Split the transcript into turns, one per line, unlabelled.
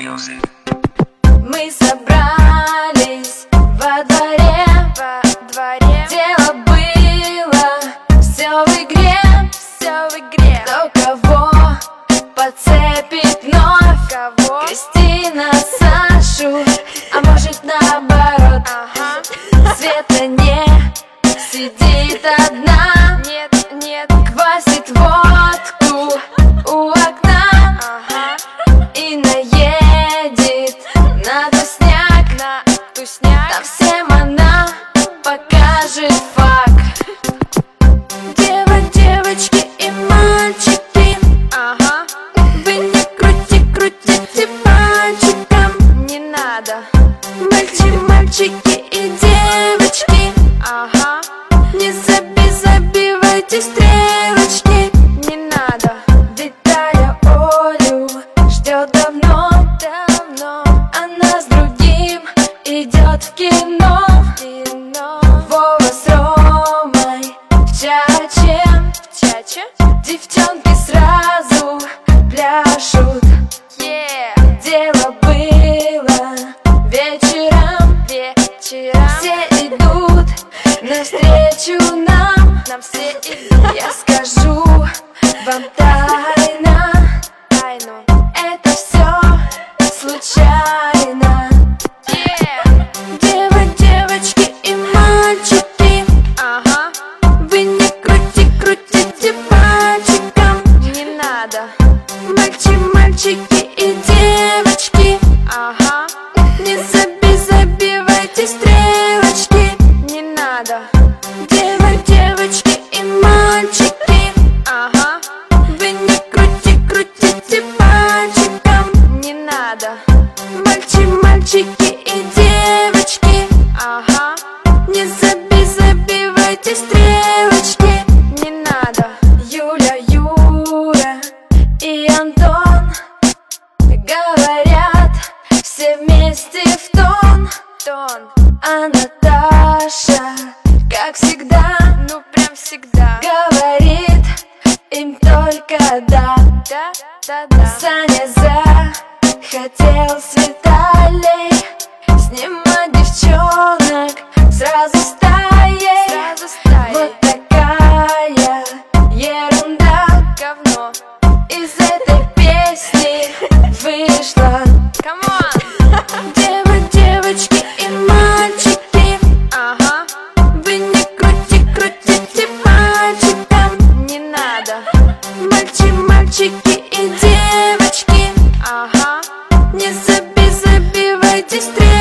музык.
Мы собрались во дворе, во дворе. Дело было все в игре, все в игре. Кто кого подцепит вновь? Кого? Кристина Сашу, а может наоборот? Света не сидит одна. Нет, нет. Квасит водку у окна. И наедет на тусняк На тусняк Там всем она покажет фак Дева, девочки и мальчики Ага Вы не крути, крутите пальчиком Не надо Мальчи, мальчики и девочки Ага Не заби, забивайте стрелочки Не надо Виталя Олю ждет давно Давно Она с другим идет в кино Вова с Ромой в чаче Девчонки сразу пляшут Дело было вечером Все идут навстречу нам Нам все идут Я скажу вам тайна Тайну Это все случайно Девы, девочки и мальчики Ага Вы не крути, крутите пальчиком Не надо Мальчи, мальчики и девочки Ага Не заби, забивайте стрелочки Не надо Девы, девочки и мальчики Ага Вы не крути, крутите пальчиком Не надо Мальчи, мальчики и девочки Ага Не заби, забивайте стрелочки Не надо Юля, Юра и Антон Говорят все вместе в тон Тон А Наташа, как всегда Ну прям всегда Говорит им только да Да, да, да Саня захотел с Виталей Снимать девчонок сразу стаей Сразу стаей Вот такая ерунда Говно Из этой песни вышла Девы, девочки и мальчики Ага Вы не крути, крутите пальчиком Не надо Мальчи, мальчики и девочки Ага Не заби, забивайте стрелки